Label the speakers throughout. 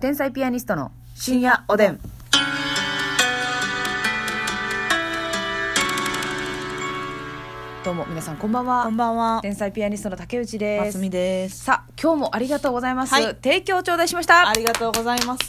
Speaker 1: 天才ピアニストの深夜おでん。どうも皆さんこんばんは。
Speaker 2: こんばんは。
Speaker 1: 天才ピアニストの竹内で。
Speaker 2: ますすみです。
Speaker 1: さあ今日もありがとうございます。
Speaker 2: はい
Speaker 1: 提供頂戴しました
Speaker 2: あ。りがとうございます。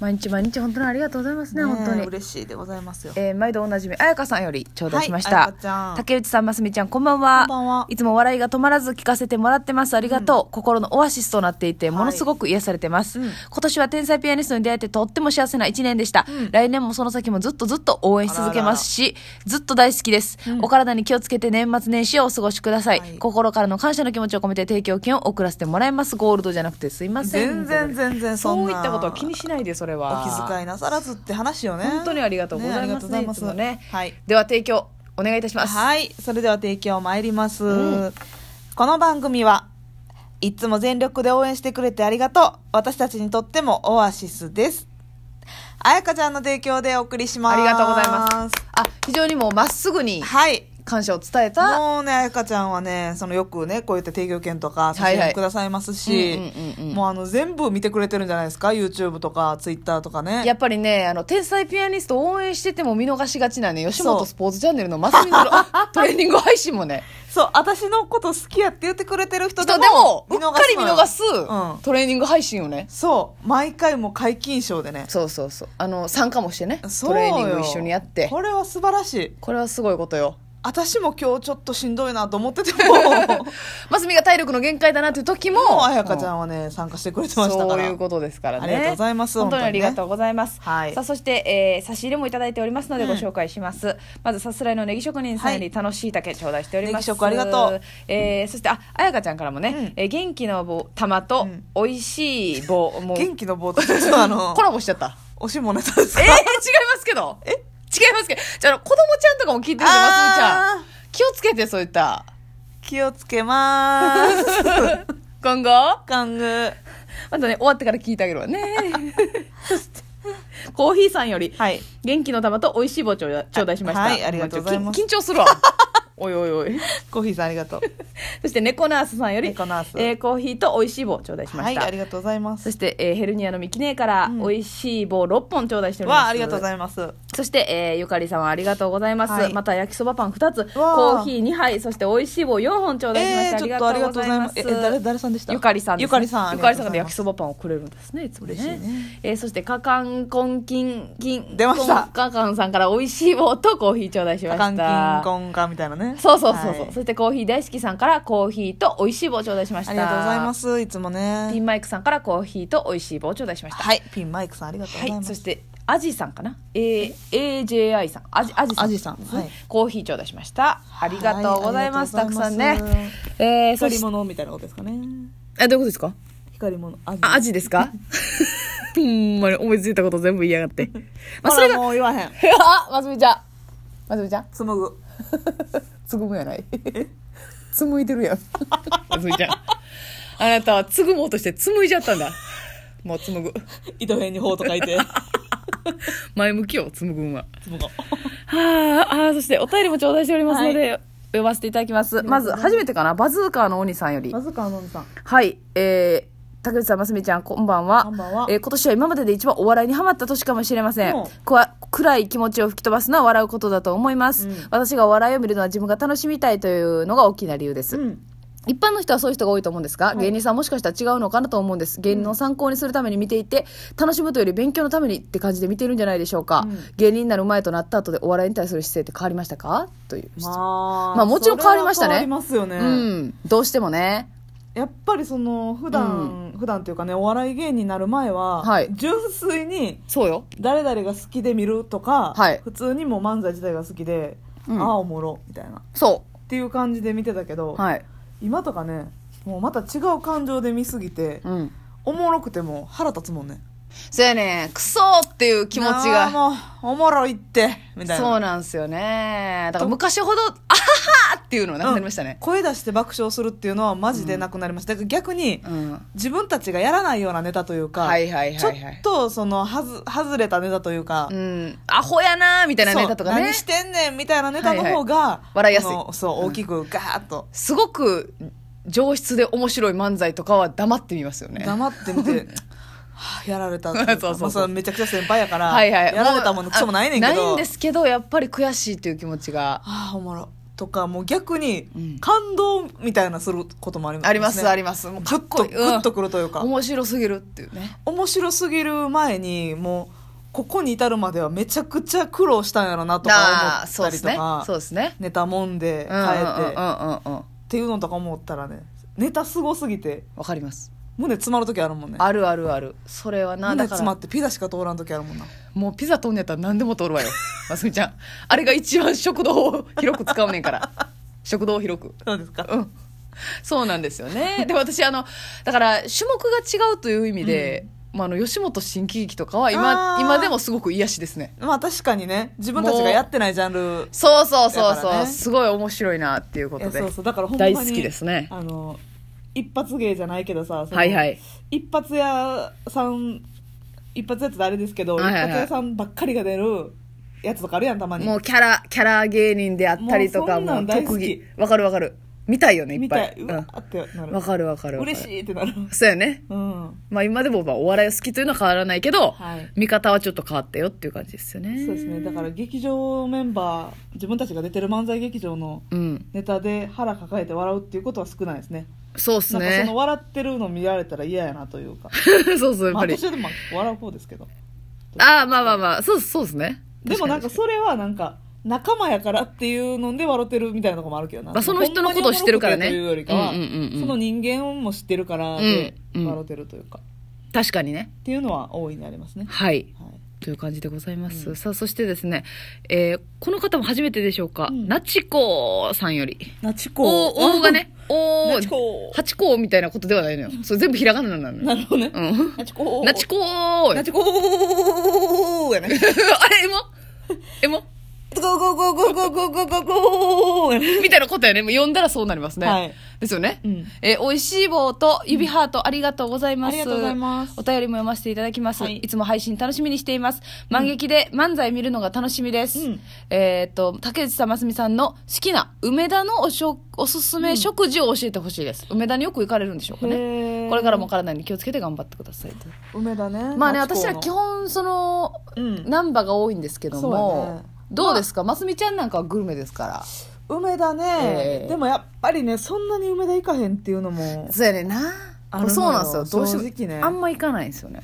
Speaker 1: 毎日毎日本当にありがとうございますね
Speaker 2: ね
Speaker 1: 本当に。
Speaker 2: 嬉しいでございますよ。
Speaker 1: えー、毎度おなじみ彩香さんより頂戴しまし
Speaker 2: はい
Speaker 1: た、
Speaker 2: 彩香ちゃん
Speaker 1: 竹内さんますみちゃんこんばんは
Speaker 2: こんばんはい
Speaker 1: つも笑いが止まらず聞かせてもらってますありがとう、心のオアシスとなっていて
Speaker 2: はい
Speaker 1: ものすごく癒されてます、
Speaker 2: うん
Speaker 1: 今年は天才ピアニストに出会えてとっても幸せな1年でした、来年もその先もずっとずっと応援し続けますしずっと大好きです、お体に気をつけて年末年始をお過ごしください、
Speaker 2: はい
Speaker 1: 心からの感謝の気持ちを込めて提供金を送らせてもらいますゴールドじゃなくてすいません
Speaker 2: 全然全然そんな
Speaker 1: そういったことは気にしないでそれ
Speaker 2: お
Speaker 1: は
Speaker 2: 気遣いなさらずって話よね。
Speaker 1: 本当にありがとうございますね
Speaker 2: ねあ
Speaker 1: い
Speaker 2: りがと
Speaker 1: つ
Speaker 2: うご
Speaker 1: も
Speaker 2: ざい
Speaker 1: ね
Speaker 2: ます。はい。
Speaker 1: では提供お願いいたします。
Speaker 2: はい。それでは提供参ります。
Speaker 1: うん
Speaker 2: この番組は、いつも全力で応援してくれてありがとう。私たちにとってもオアシスです。あやかちゃんの提供でお送りします。
Speaker 1: ありがとうございます。あ、非常にもうまっすぐに
Speaker 2: はい。
Speaker 1: 感謝を伝えた。
Speaker 2: もうね、あやかちゃんはね、そのよくね、こういった提供券とか、写
Speaker 1: はい
Speaker 2: 真
Speaker 1: は
Speaker 2: を
Speaker 1: い
Speaker 2: くださいますし
Speaker 1: うんうんうんう、ん
Speaker 2: もうあの、全部見てくれてるんじゃないですか ?YouTube とか、Twitter とかね。
Speaker 1: やっぱりね、あの、天才ピアニストを応援してても見逃しがちなね、吉
Speaker 2: そ
Speaker 1: 本
Speaker 2: う
Speaker 1: スポーツチャンネルのマスミの トレーニング配信もね、
Speaker 2: そう、私のこと好きやって言ってくれてる人
Speaker 1: 人
Speaker 2: で
Speaker 1: で
Speaker 2: も、
Speaker 1: も、うっかり見
Speaker 2: のよ
Speaker 1: 逃す
Speaker 2: うん
Speaker 1: トレーニング配信をね、
Speaker 2: そう、毎回もう解禁賞でね。
Speaker 1: そうそうそう、あの、参加もしてね、
Speaker 2: そう
Speaker 1: ト
Speaker 2: よ
Speaker 1: レーニング一緒にやって、
Speaker 2: これは素晴らしい。
Speaker 1: これはすごいことよ。
Speaker 2: 私も今日ちょっとしんどいなと思ってても、
Speaker 1: マスミが体力の限界だなっていう時も、
Speaker 2: もうあやかちゃ
Speaker 1: うん
Speaker 2: はね、参加してくれてましたから。
Speaker 1: そういうことですからね。
Speaker 2: ありがとうございます
Speaker 1: 本当にあ
Speaker 2: 本当
Speaker 1: り
Speaker 2: にね
Speaker 1: がとうございます。
Speaker 2: はい
Speaker 1: さあ、そして、えー、差し入れもいただいておりますので、
Speaker 2: うん
Speaker 1: ご紹介します。まず、さすらいのネギ職人さんよ
Speaker 2: は
Speaker 1: り
Speaker 2: い
Speaker 1: 楽しい竹頂戴しております。
Speaker 2: ネギ食ありがとう。
Speaker 1: えー、そして、あ、あやかちゃんからもね、
Speaker 2: うん
Speaker 1: えー元気の棒、玉と、
Speaker 2: うん
Speaker 1: 美味しい棒、もう。
Speaker 2: 元気の棒と、ちょっとあの
Speaker 1: コ、ラボしちゃった。
Speaker 2: おしもネタです
Speaker 1: えー、
Speaker 2: か
Speaker 1: 違いますけど。え違いますけど。じゃあ、子供ちゃんとかも聞いてるんで、ますみちゃん。
Speaker 2: あー
Speaker 1: 気をつけて、そういった。
Speaker 2: 気をつけまーす。
Speaker 1: 今後。
Speaker 2: カング。
Speaker 1: あとね、終わってから聞いてあげるわ ね。 そしてコーヒーさんより、
Speaker 2: はい。
Speaker 1: 元気の玉と美味しい棒をちょうだ頂戴しました。
Speaker 2: はいありがとうございます
Speaker 1: 緊緊張 するわ。おいおいおい。
Speaker 2: コーヒーさんありがとう。
Speaker 1: そして、猫ナースさんより、
Speaker 2: 猫ナース
Speaker 1: えーコーヒーと美味しい棒を頂戴しま
Speaker 2: は
Speaker 1: し
Speaker 2: い、
Speaker 1: た。
Speaker 2: ありがとうございま
Speaker 1: そ
Speaker 2: す。
Speaker 1: して、えーヘルニアのミキネから、
Speaker 2: うん
Speaker 1: 美味しい棒6本頂戴しております。
Speaker 2: わあ、ありがとうございます。
Speaker 1: そして、えーゆかりさんはありがとうございます。
Speaker 2: はい
Speaker 1: また、焼きそばパン2つ、
Speaker 2: わあ
Speaker 1: コーヒー2杯、そして美味しい棒4本頂戴しました。
Speaker 2: えーちょっとありがとうございます。え、誰、誰さんでした
Speaker 1: ゆかりさんですね、
Speaker 2: ゆかりさん。
Speaker 1: ゆかりさんが
Speaker 2: で
Speaker 1: 焼きそばパンをくれるんですねいつもね
Speaker 2: 嬉しいね
Speaker 1: えーそしてかかんこんきんきん
Speaker 2: 出ました
Speaker 1: こんかかんさんから美味しい棒とコーヒー頂戴しました
Speaker 2: カンキンコンカみたいなね。
Speaker 1: そうそうそうそう、
Speaker 2: はい
Speaker 1: そしてコーヒー大好きさんからコーヒーと美味しい棒を頂戴しました
Speaker 2: ありがとうございますす。いつも
Speaker 1: ピ
Speaker 2: ね。
Speaker 1: ンマイクさんからコーヒーと美味しい棒を頂戴しました
Speaker 2: はい、ピンマイクさんありがとうご
Speaker 1: は
Speaker 2: ざいま
Speaker 1: い、そ
Speaker 2: す。
Speaker 1: してアジさんかな、A、AJI さんアジアジさん
Speaker 2: アジさん
Speaker 1: ですね
Speaker 2: はい
Speaker 1: コーヒー頂戴しましたありがとうございます、
Speaker 2: はいあ
Speaker 1: た
Speaker 2: り
Speaker 1: くさ
Speaker 2: がとうんござい
Speaker 1: ね
Speaker 2: ます
Speaker 1: えー、そ
Speaker 2: 光
Speaker 1: し
Speaker 2: り物みたいなことですかね。
Speaker 1: えどういうことですか
Speaker 2: 光り物。
Speaker 1: あ、アジですかほんまに思いついたこと全部言いやがって。まあ、そ
Speaker 2: そ
Speaker 1: れ
Speaker 2: れ
Speaker 1: が、
Speaker 2: もう言わへん。
Speaker 1: あ、まつみちゃん。まつみちゃん、
Speaker 2: 紡ぐ。
Speaker 1: つぐむやない。紡いでるやん。まつみちゃん。あなたはつぐもうとして紡いじゃったんだ。もう紡ぐ。
Speaker 2: 糸辺に方と書い て。
Speaker 1: 前向きよ、紡ぐんは。
Speaker 2: 紡ぐ。
Speaker 1: はあ、あーそしてお便りも頂戴しておりますので、読ませていただきます。
Speaker 2: が
Speaker 1: まず、
Speaker 2: とうございます
Speaker 1: 初めてかな、バズーカーの鬼さんより。
Speaker 2: まずか、のんさん。
Speaker 1: はい、えー、竹内さん、ますみちゃん、こんばんは。
Speaker 2: こんばんは
Speaker 1: えー今年は今までで一番お笑いにハマった年かもしれません
Speaker 2: うん。
Speaker 1: こわ暗い気持ちを吹き飛ばすのは笑うことだと思います。
Speaker 2: うん
Speaker 1: 私がお笑いを見るのは自分が楽しみたいというのが大きな理由です。
Speaker 2: うん。
Speaker 1: 一般の人はそういう人が多いと思うんですが、芸人さんもしかしたら違うのかなと思うんです芸人の参考にするために見ていて、楽しむというより勉強のためにって感じで見てるんじゃないでしょうか、
Speaker 2: うん
Speaker 1: 芸人になる前となった後でお笑いに対する姿勢って変わりましたかという質問、
Speaker 2: ま
Speaker 1: まあもちろん変わりましたね
Speaker 2: それは変わりますよね。
Speaker 1: うんどうしてもね
Speaker 2: やっぱりその普段、普段というかねお笑い芸人になる前は、
Speaker 1: はい
Speaker 2: 純粋に
Speaker 1: そうよ
Speaker 2: 誰々が好きで見るとか、
Speaker 1: はい
Speaker 2: 普通にもう漫才自体が好きで、
Speaker 1: うん
Speaker 2: ああおもろみたいなっ
Speaker 1: そ
Speaker 2: ていう感じで見てたけど、
Speaker 1: うはい
Speaker 2: 今とかねもうまた違う感情で見すぎて、
Speaker 1: うん
Speaker 2: おもろくても腹立つもんね
Speaker 1: そうやねクソーっていう気持ち
Speaker 2: な
Speaker 1: が
Speaker 2: あもうおもろいってみたいな
Speaker 1: そう
Speaker 2: う
Speaker 1: なんですよねだから昔ほどあははっていうのはなくなりました
Speaker 2: ん
Speaker 1: ね
Speaker 2: 声出して爆笑するっていうのはマジでなくなりました、だから逆に、
Speaker 1: うん、
Speaker 2: 自分たちがやらないようなネタというか、
Speaker 1: はいはい
Speaker 2: ちょ
Speaker 1: は
Speaker 2: っ
Speaker 1: いはい
Speaker 2: とそのはず外れたネタというか、
Speaker 1: うんアホやなーみたいな
Speaker 2: そう
Speaker 1: ネタとかね
Speaker 2: 何してんねんみたいなネタの方が、
Speaker 1: 笑いやすい
Speaker 2: あのそう大きくガーッと
Speaker 1: すごく上質で面白い漫才とかは黙ってみますよね
Speaker 2: 黙ってみてやられたっていか
Speaker 1: そうそうそう
Speaker 2: まあれめちゃくちゃ先輩やから、
Speaker 1: はいはい。
Speaker 2: やられたものクソもないねんけど
Speaker 1: あないんですけど、やっぱり悔しいっていう気持ちが。
Speaker 2: ああおもろとかもう逆に
Speaker 1: うん
Speaker 2: 感動みたいなすることもありますね
Speaker 1: あります、あります。もうかっこいい。
Speaker 2: グッ
Speaker 1: う
Speaker 2: とグッと
Speaker 1: ん
Speaker 2: くるというか、
Speaker 1: 面白すぎるっていうね。
Speaker 2: 面白すぎる前にもうここに至るまではめちゃくちゃ苦労したんやろなとか
Speaker 1: あー
Speaker 2: 思
Speaker 1: そ
Speaker 2: っ
Speaker 1: う
Speaker 2: た
Speaker 1: で
Speaker 2: り
Speaker 1: す
Speaker 2: と
Speaker 1: ね。
Speaker 2: か、
Speaker 1: そうですね。
Speaker 2: ネタもんで
Speaker 1: うんうんうんうん
Speaker 2: 変えてっ
Speaker 1: うんうん。
Speaker 2: ていうのとか思ったらねネタすごすぎて
Speaker 1: わかります。
Speaker 2: 胸詰まる時あるもんね
Speaker 1: あるあるある。それはな、
Speaker 2: 胸
Speaker 1: だか
Speaker 2: 詰ま
Speaker 1: ら、
Speaker 2: ってピザしか通らん時あるもんな
Speaker 1: もうピザ通んねやったら何でも通る わよ。ますみちゃん。あれが一番食堂を広く使うねん から。食堂を広く。
Speaker 2: そうですか
Speaker 1: うん。そうなんですよね。で、私、あの、だから、種目が違うという意味で、まあ、あの、吉本新喜劇とかは、今
Speaker 2: あ、ー
Speaker 1: 今でもすごく癒しですね。
Speaker 2: まあ確かにね自分たちがやってないジャンル
Speaker 1: そうそうそう
Speaker 2: だか
Speaker 1: そう、
Speaker 2: らね
Speaker 1: すごい面白いなっていうこ
Speaker 2: い
Speaker 1: と
Speaker 2: や
Speaker 1: で。
Speaker 2: そうそうだからほんま
Speaker 1: 大
Speaker 2: に
Speaker 1: 好きですね。
Speaker 2: あの一発芸じゃないけどさその
Speaker 1: はいはい。
Speaker 2: 一発屋さん一発屋ってあれですけど、
Speaker 1: はいはいはい
Speaker 2: 一発屋さんばっかりが出るやつとかあるやんたまに
Speaker 1: もうキャラ、キャラ芸人であったりとか、
Speaker 2: もうそんな
Speaker 1: も
Speaker 2: ん
Speaker 1: う
Speaker 2: 大好
Speaker 1: 特
Speaker 2: き
Speaker 1: 技。わかるわかる。見たいよね、いっ
Speaker 2: 見
Speaker 1: ぱ
Speaker 2: た
Speaker 1: い
Speaker 2: い。うわーってな
Speaker 1: うん
Speaker 2: る
Speaker 1: わかるわかるわかる。
Speaker 2: 嬉しいってなる
Speaker 1: そうやね。
Speaker 2: うん
Speaker 1: まあ今でもまあお笑い好きというのは変わらないけど、
Speaker 2: はい
Speaker 1: 見方はちょっと変わったよっていう感じですよね。
Speaker 2: そうですねだから劇場メンバー自分たちが出てる漫才劇場の
Speaker 1: うん。
Speaker 2: ネタで腹抱えて笑うっていうことは少ないですね
Speaker 1: そうっす
Speaker 2: なんかその
Speaker 1: ね。
Speaker 2: 笑ってるの見られたら嫌やなというか
Speaker 1: そうそう、やっ
Speaker 2: まあ
Speaker 1: ぱり。
Speaker 2: 私はでも笑う方ですけど
Speaker 1: ああ、まあまあまあ、そうそうですね。
Speaker 2: でもなんかそれはなんか仲間やからっていうので笑ってるみたいなとこもあるけどな、
Speaker 1: まあその人のことを知ってるからね
Speaker 2: ほんまにおもろくてというよりかは、
Speaker 1: うんうんうんうん
Speaker 2: その人間も知ってるからで
Speaker 1: うんうん
Speaker 2: 笑ってるというか、
Speaker 1: 確かにね。
Speaker 2: っていうのは大いにありますね、
Speaker 1: はい。
Speaker 2: はい、
Speaker 1: という感じでございます。
Speaker 2: うん
Speaker 1: さあ、そしてですね、えー、この方も初めてでしょうか。
Speaker 2: うん
Speaker 1: ナチコさんより。
Speaker 2: ナチコ
Speaker 1: お、おがね、お
Speaker 2: ナチコ
Speaker 1: ハチコみたいなことではないのよ。それ全部ひらがななの
Speaker 2: な
Speaker 1: よ。
Speaker 2: るほどね、
Speaker 1: うん。
Speaker 2: ナチコ
Speaker 1: ナチコー
Speaker 2: ナ
Speaker 1: よ
Speaker 2: チコや ね
Speaker 1: あれ、エモエモ
Speaker 2: ゴゴゴゴゴゴゴゴゴや ね
Speaker 1: みたいなことやね。もう読んだらそうなりますね。
Speaker 2: はい
Speaker 1: ですよね。
Speaker 2: うん
Speaker 1: えー、美味しい棒と指ハートありがとうございます。
Speaker 2: ありがとうございます
Speaker 1: お便りも読ませていただきます。、
Speaker 2: はいい
Speaker 1: つも配信楽しみにしています。満劇で漫才見るのが楽しみです。
Speaker 2: うん
Speaker 1: えーっと、竹内さん、ますみさんの好きな梅田のおしょおすすめ食事を教えてほしいです。梅田によく行かれるんでしょうか
Speaker 2: へ
Speaker 1: ね。
Speaker 2: ー
Speaker 1: これからも体に気をつけて頑張ってくださいと。
Speaker 2: 梅だね
Speaker 1: まあね、
Speaker 2: ナチコ
Speaker 1: 私
Speaker 2: の
Speaker 1: ら基本、その、
Speaker 2: うん
Speaker 1: ナンバが多いんですけど
Speaker 2: そう
Speaker 1: も
Speaker 2: やね、
Speaker 1: どうですか、ますみちゃんなんかはグルメですから。
Speaker 2: 梅だね、
Speaker 1: ええ
Speaker 2: でもやっぱりねそんなに梅田行かへんっていうのも
Speaker 1: そうやねんな
Speaker 2: あるのよ
Speaker 1: そうなんですよどうしても
Speaker 2: 正直ね
Speaker 1: あんま行かないんですよね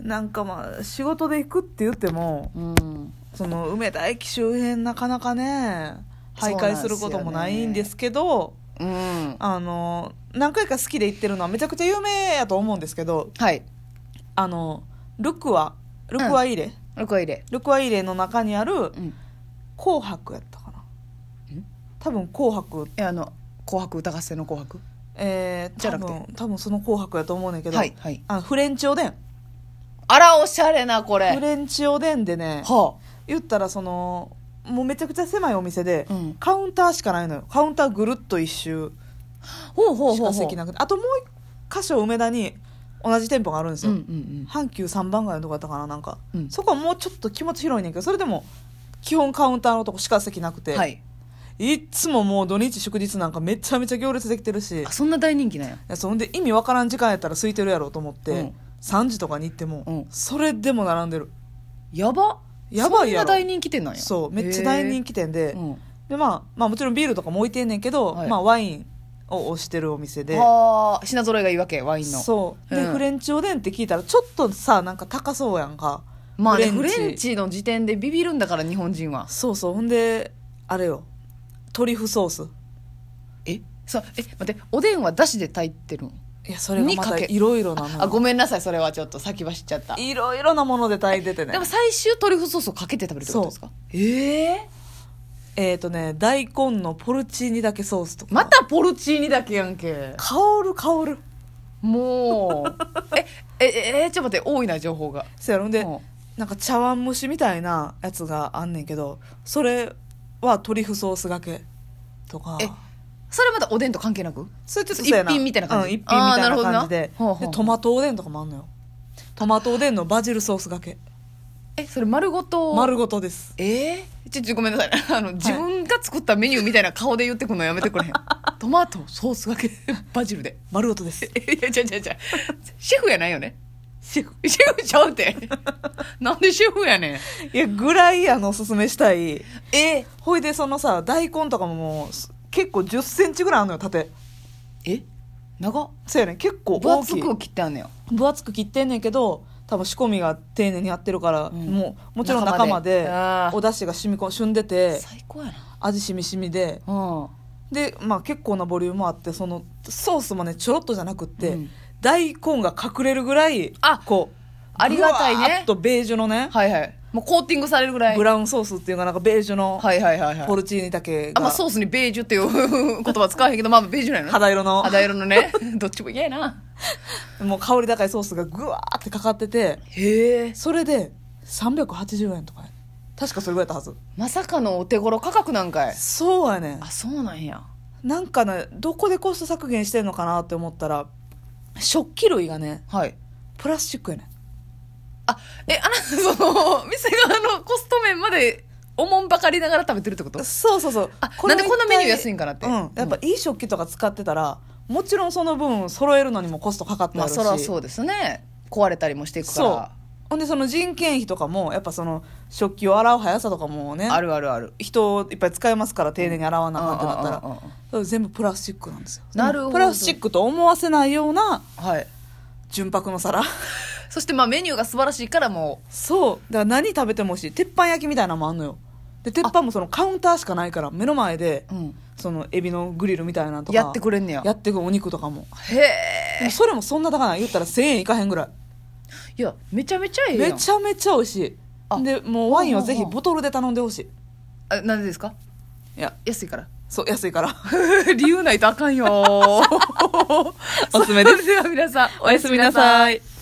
Speaker 2: なんかまあ仕事で行くって言っても
Speaker 1: うん
Speaker 2: その梅田駅周辺なかなかね徘徊することもないんですけど
Speaker 1: うん
Speaker 2: あの何回か好きで行ってるのはめちゃくちゃ有名やと思うんですけど
Speaker 1: はい
Speaker 2: あのルクワルクワイレ、
Speaker 1: 6個入れ
Speaker 2: ルクワイレの中にある
Speaker 1: うん
Speaker 2: 「紅白」やったかなん多分「紅白
Speaker 1: えあの「紅白歌合戦」の紅白」
Speaker 2: えー、
Speaker 1: じゃ
Speaker 2: 多
Speaker 1: なくて
Speaker 2: 分多分その「紅白」やと思うねんけど、
Speaker 1: はいはい
Speaker 2: あのフレンチおでん
Speaker 1: あらおしゃれなこれ
Speaker 2: フレンチおでんでね
Speaker 1: は
Speaker 2: 言ったらそのもうめちゃくちゃ狭いお店で、
Speaker 1: うん
Speaker 2: カウンターしかないのよカウンターぐるっと一周
Speaker 1: あほうほう
Speaker 2: し
Speaker 1: ほう
Speaker 2: か
Speaker 1: ほう
Speaker 2: 席なくてあともう一箇所梅田に同じ店舗があるんです
Speaker 1: うん
Speaker 2: よ、
Speaker 1: うんうん
Speaker 2: 阪急3番街のとこやったかななんか、
Speaker 1: うん
Speaker 2: そこはもうちょっと気持ち広いねんけどそれでも基本カウンターのとこしか席なくて、、
Speaker 1: はいい
Speaker 2: っつももう土日祝日なんかめちゃめちゃ行列できてるしい
Speaker 1: あそんな大人気なんや
Speaker 2: やそんで意味わからん時間やったら空いてるやろうと思って、
Speaker 1: うん
Speaker 2: 3時とかに行っても、
Speaker 1: うん
Speaker 2: それでも並んでる
Speaker 1: やば
Speaker 2: やばいやろ
Speaker 1: そんな大人気店なんや
Speaker 2: そうめっちゃ大人気店で、
Speaker 1: 気うん
Speaker 2: でまあ、まあもちろんビールとかも置いてんねんけど、
Speaker 1: はい
Speaker 2: まあ、ワインを推してるお店で
Speaker 1: はあ品揃えがいいわけワインの
Speaker 2: そうで、
Speaker 1: うん
Speaker 2: フレンチおでんって聞いたらちょっとさなんか高そうやんか
Speaker 1: まあねフ
Speaker 2: フレ
Speaker 1: レ
Speaker 2: ンチ
Speaker 1: ンチの時点でビビるんだから日本人は
Speaker 2: そうそうほんであれよトリュフソース
Speaker 1: えそうえ待っておでんはだしで炊いてるん
Speaker 2: いやそれがまた
Speaker 1: にかけ
Speaker 2: いろいろな
Speaker 1: あご
Speaker 2: の
Speaker 1: めんなさいそれはちょっと先走っちゃった
Speaker 2: いろいろなもので炊いててね
Speaker 1: でも最終トリュフソースをかけて食べるってことですかええ
Speaker 2: えっ、とね大根のポルチーニだけソースとか
Speaker 1: またポルチーニだけやんけ
Speaker 2: 香る香る
Speaker 1: もう ええええちょっと待って多いな情報が
Speaker 2: そうやろほんで
Speaker 1: うん
Speaker 2: なんか茶碗蒸しみたいなやつがあんねんけどそれはトリュフソースがけとか
Speaker 1: えそれまたおでんと関係なく
Speaker 2: それちょっと
Speaker 1: 一品みたいな感じ
Speaker 2: うん、一品みたいな
Speaker 1: あーなる
Speaker 2: 感
Speaker 1: ほ
Speaker 2: じ
Speaker 1: どな
Speaker 2: で
Speaker 1: ほうほう
Speaker 2: でトマトおでんとかもあんのよトマトおでんのバジルソースがけ
Speaker 1: えそれ丸ごと
Speaker 2: 丸ごとです
Speaker 1: えー、ちょちょごめんなさい あの自分が作ったメニューみたいな顔で言ってくるのやめてくれ へんトマトソースがけバジルで
Speaker 2: 丸ごとです
Speaker 1: えいやちゃちゃちゃシェフやないよね
Speaker 2: シェフ。
Speaker 1: シェフちゃう て。なんでシェフやねん。
Speaker 2: いや、ぐらい、あの、おすすめしたい。
Speaker 1: え
Speaker 2: ほいで、そのさ、大根とかももう、す結構10センチぐらいあるのよ、縦。
Speaker 1: え長っ。
Speaker 2: そうやねん結構
Speaker 1: 分
Speaker 2: 大
Speaker 1: 厚
Speaker 2: きい。
Speaker 1: く切ってあんのよ。
Speaker 2: 分厚く切ってんねんけど多分仕込みが丁寧にやってるから、
Speaker 1: うん
Speaker 2: もうもちろん中まで
Speaker 1: 中まであー
Speaker 2: お出汁が染み込ん旬でて
Speaker 1: 最高やな。
Speaker 2: 味しみしみで
Speaker 1: うん。
Speaker 2: で、まあ、結構なボリュームあってそのソースもねちょろっとじゃなくって、
Speaker 1: うん
Speaker 2: 大根が隠れるぐらい
Speaker 1: あ
Speaker 2: こう
Speaker 1: ありがたいね
Speaker 2: ぐわーっとベージュのね、
Speaker 1: はいはい。もうコーティングされるぐらい。
Speaker 2: ブ
Speaker 1: はい
Speaker 2: ラウンソースっていうかなんかベージュの
Speaker 1: はいはいはい
Speaker 2: ポ。ルチーニだけ
Speaker 1: あ、まあ
Speaker 2: が
Speaker 1: ソースにベージュっていう 言葉使わへんけど、まあベージュなんやろな
Speaker 2: 肌色の
Speaker 1: 肌色のね。 どっちも嫌やな。
Speaker 2: もう香り高いソースがぐわーってかかってて
Speaker 1: へえ。
Speaker 2: それで380円とかやね確かそれぐらいだったはず
Speaker 1: まさかのお手頃価格なんかい。
Speaker 2: そうやねん
Speaker 1: あ、そうなんや。
Speaker 2: なんかねどこでコスト削減してんのかなって思ったら食器類がね
Speaker 1: はい。
Speaker 2: プラスチックやねん
Speaker 1: あ、え、あなた、 その、店側のコスト面まで、おもんばかりながら食べてるってこと
Speaker 2: そうそうそう
Speaker 1: あ
Speaker 2: れを
Speaker 1: なんでこんな
Speaker 2: 一体
Speaker 1: メニュー安いんかなって
Speaker 2: うんやっぱいい食器とか使ってたらもちろんその分揃えるのにもコストかかって
Speaker 1: ま
Speaker 2: あ
Speaker 1: あ、
Speaker 2: るし、
Speaker 1: そらそうですね。壊れたりもしていくか
Speaker 2: そう
Speaker 1: ら。
Speaker 2: ほんでその人件費とかもやっぱその食器を洗う速さとかもね
Speaker 1: あるあるある。
Speaker 2: 人をいっぱい使いますから丁寧に洗わなあかんってなったら
Speaker 1: うんうんうんうん
Speaker 2: それ全部プラスチックなんですよ
Speaker 1: なるほど
Speaker 2: プラスチックと思わせないような
Speaker 1: はい。
Speaker 2: 純白の 皿
Speaker 1: そして、まあ、メニューが素晴らしいから、も
Speaker 2: そうだから何食べても美味しい鉄板焼きみたいなのもあんのよで鉄板もそのカウンターしかないから目の前で
Speaker 1: う、うん。
Speaker 2: そのエビのグリルみたいなのとか
Speaker 1: やってくれんねや。
Speaker 2: やってくるお肉とかも
Speaker 1: へえ。
Speaker 2: でもそれもそんな高ない言ったら1000円いかへんぐら
Speaker 1: いや、めちゃめちゃえ
Speaker 2: い
Speaker 1: えやん。
Speaker 2: めちゃめちゃ美味し
Speaker 1: あ
Speaker 2: いでもうワインはぜ
Speaker 1: ほうほ
Speaker 2: ひ
Speaker 1: うほう
Speaker 2: ボトルで頼んでほしい
Speaker 1: あなんでですか
Speaker 2: いや
Speaker 1: 安い から。
Speaker 2: そう安いから
Speaker 1: 理由ないとあかんよ。
Speaker 2: おすすめで
Speaker 1: そ
Speaker 2: す
Speaker 1: れでは皆さん、おやすみなさい。
Speaker 2: い